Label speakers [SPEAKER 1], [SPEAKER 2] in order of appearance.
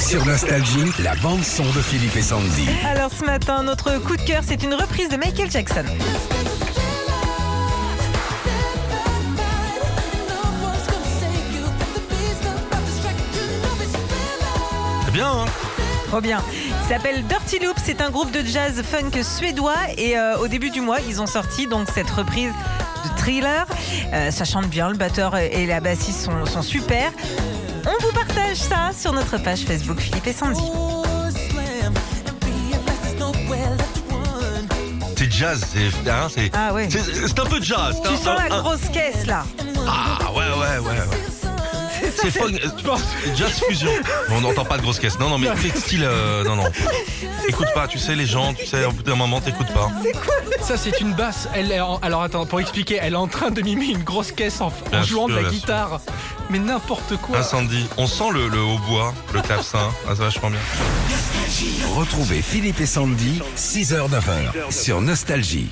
[SPEAKER 1] Sur Nostalgie, la bande-son de Philippe et Sandy.
[SPEAKER 2] Alors ce matin, notre coup de cœur, c'est une reprise de Michael Jackson.
[SPEAKER 3] C'est bien, hein
[SPEAKER 2] Trop bien. Il s'appelle Dirty Loop, c'est un groupe de jazz funk suédois et euh, au début du mois, ils ont sorti donc cette reprise de Thriller. Euh, ça chante bien, le batteur et la bassiste sont, sont super. On vous partage ça sur notre page Facebook Philippe et Sandy.
[SPEAKER 3] C'est jazz, c'est. hein, c'est-
[SPEAKER 2] Ah ouais.
[SPEAKER 3] c'est- C'est un peu jazz. c'est
[SPEAKER 2] Tu
[SPEAKER 3] un-
[SPEAKER 2] sens
[SPEAKER 3] un-
[SPEAKER 2] la
[SPEAKER 3] un-
[SPEAKER 2] grosse caisse là.
[SPEAKER 3] Ah ouais, ouais, ouais. ouais. C'est fun, euh, tu vois, c'est jazz fusion. Bon, on n'entend pas de grosse caisse. Non, non, mais c'est style. euh, non, non. Écoute pas, tu sais, les gens, tu sais, au bout d'un moment, t'écoutes pas.
[SPEAKER 4] Ça, c'est une basse. Elle est en- Alors, attends, pour expliquer, elle est en train de mimer une grosse caisse en, en
[SPEAKER 3] Bien
[SPEAKER 4] jouant
[SPEAKER 3] sûr,
[SPEAKER 4] de la
[SPEAKER 3] bien sûr.
[SPEAKER 4] guitare. Mais n'importe quoi.
[SPEAKER 3] Incendie. On sent le, le hautbois, le clavecin. Ah, c'est vachement bien.
[SPEAKER 1] Retrouvez Philippe et Sandy, 6h-9h, sur Nostalgie.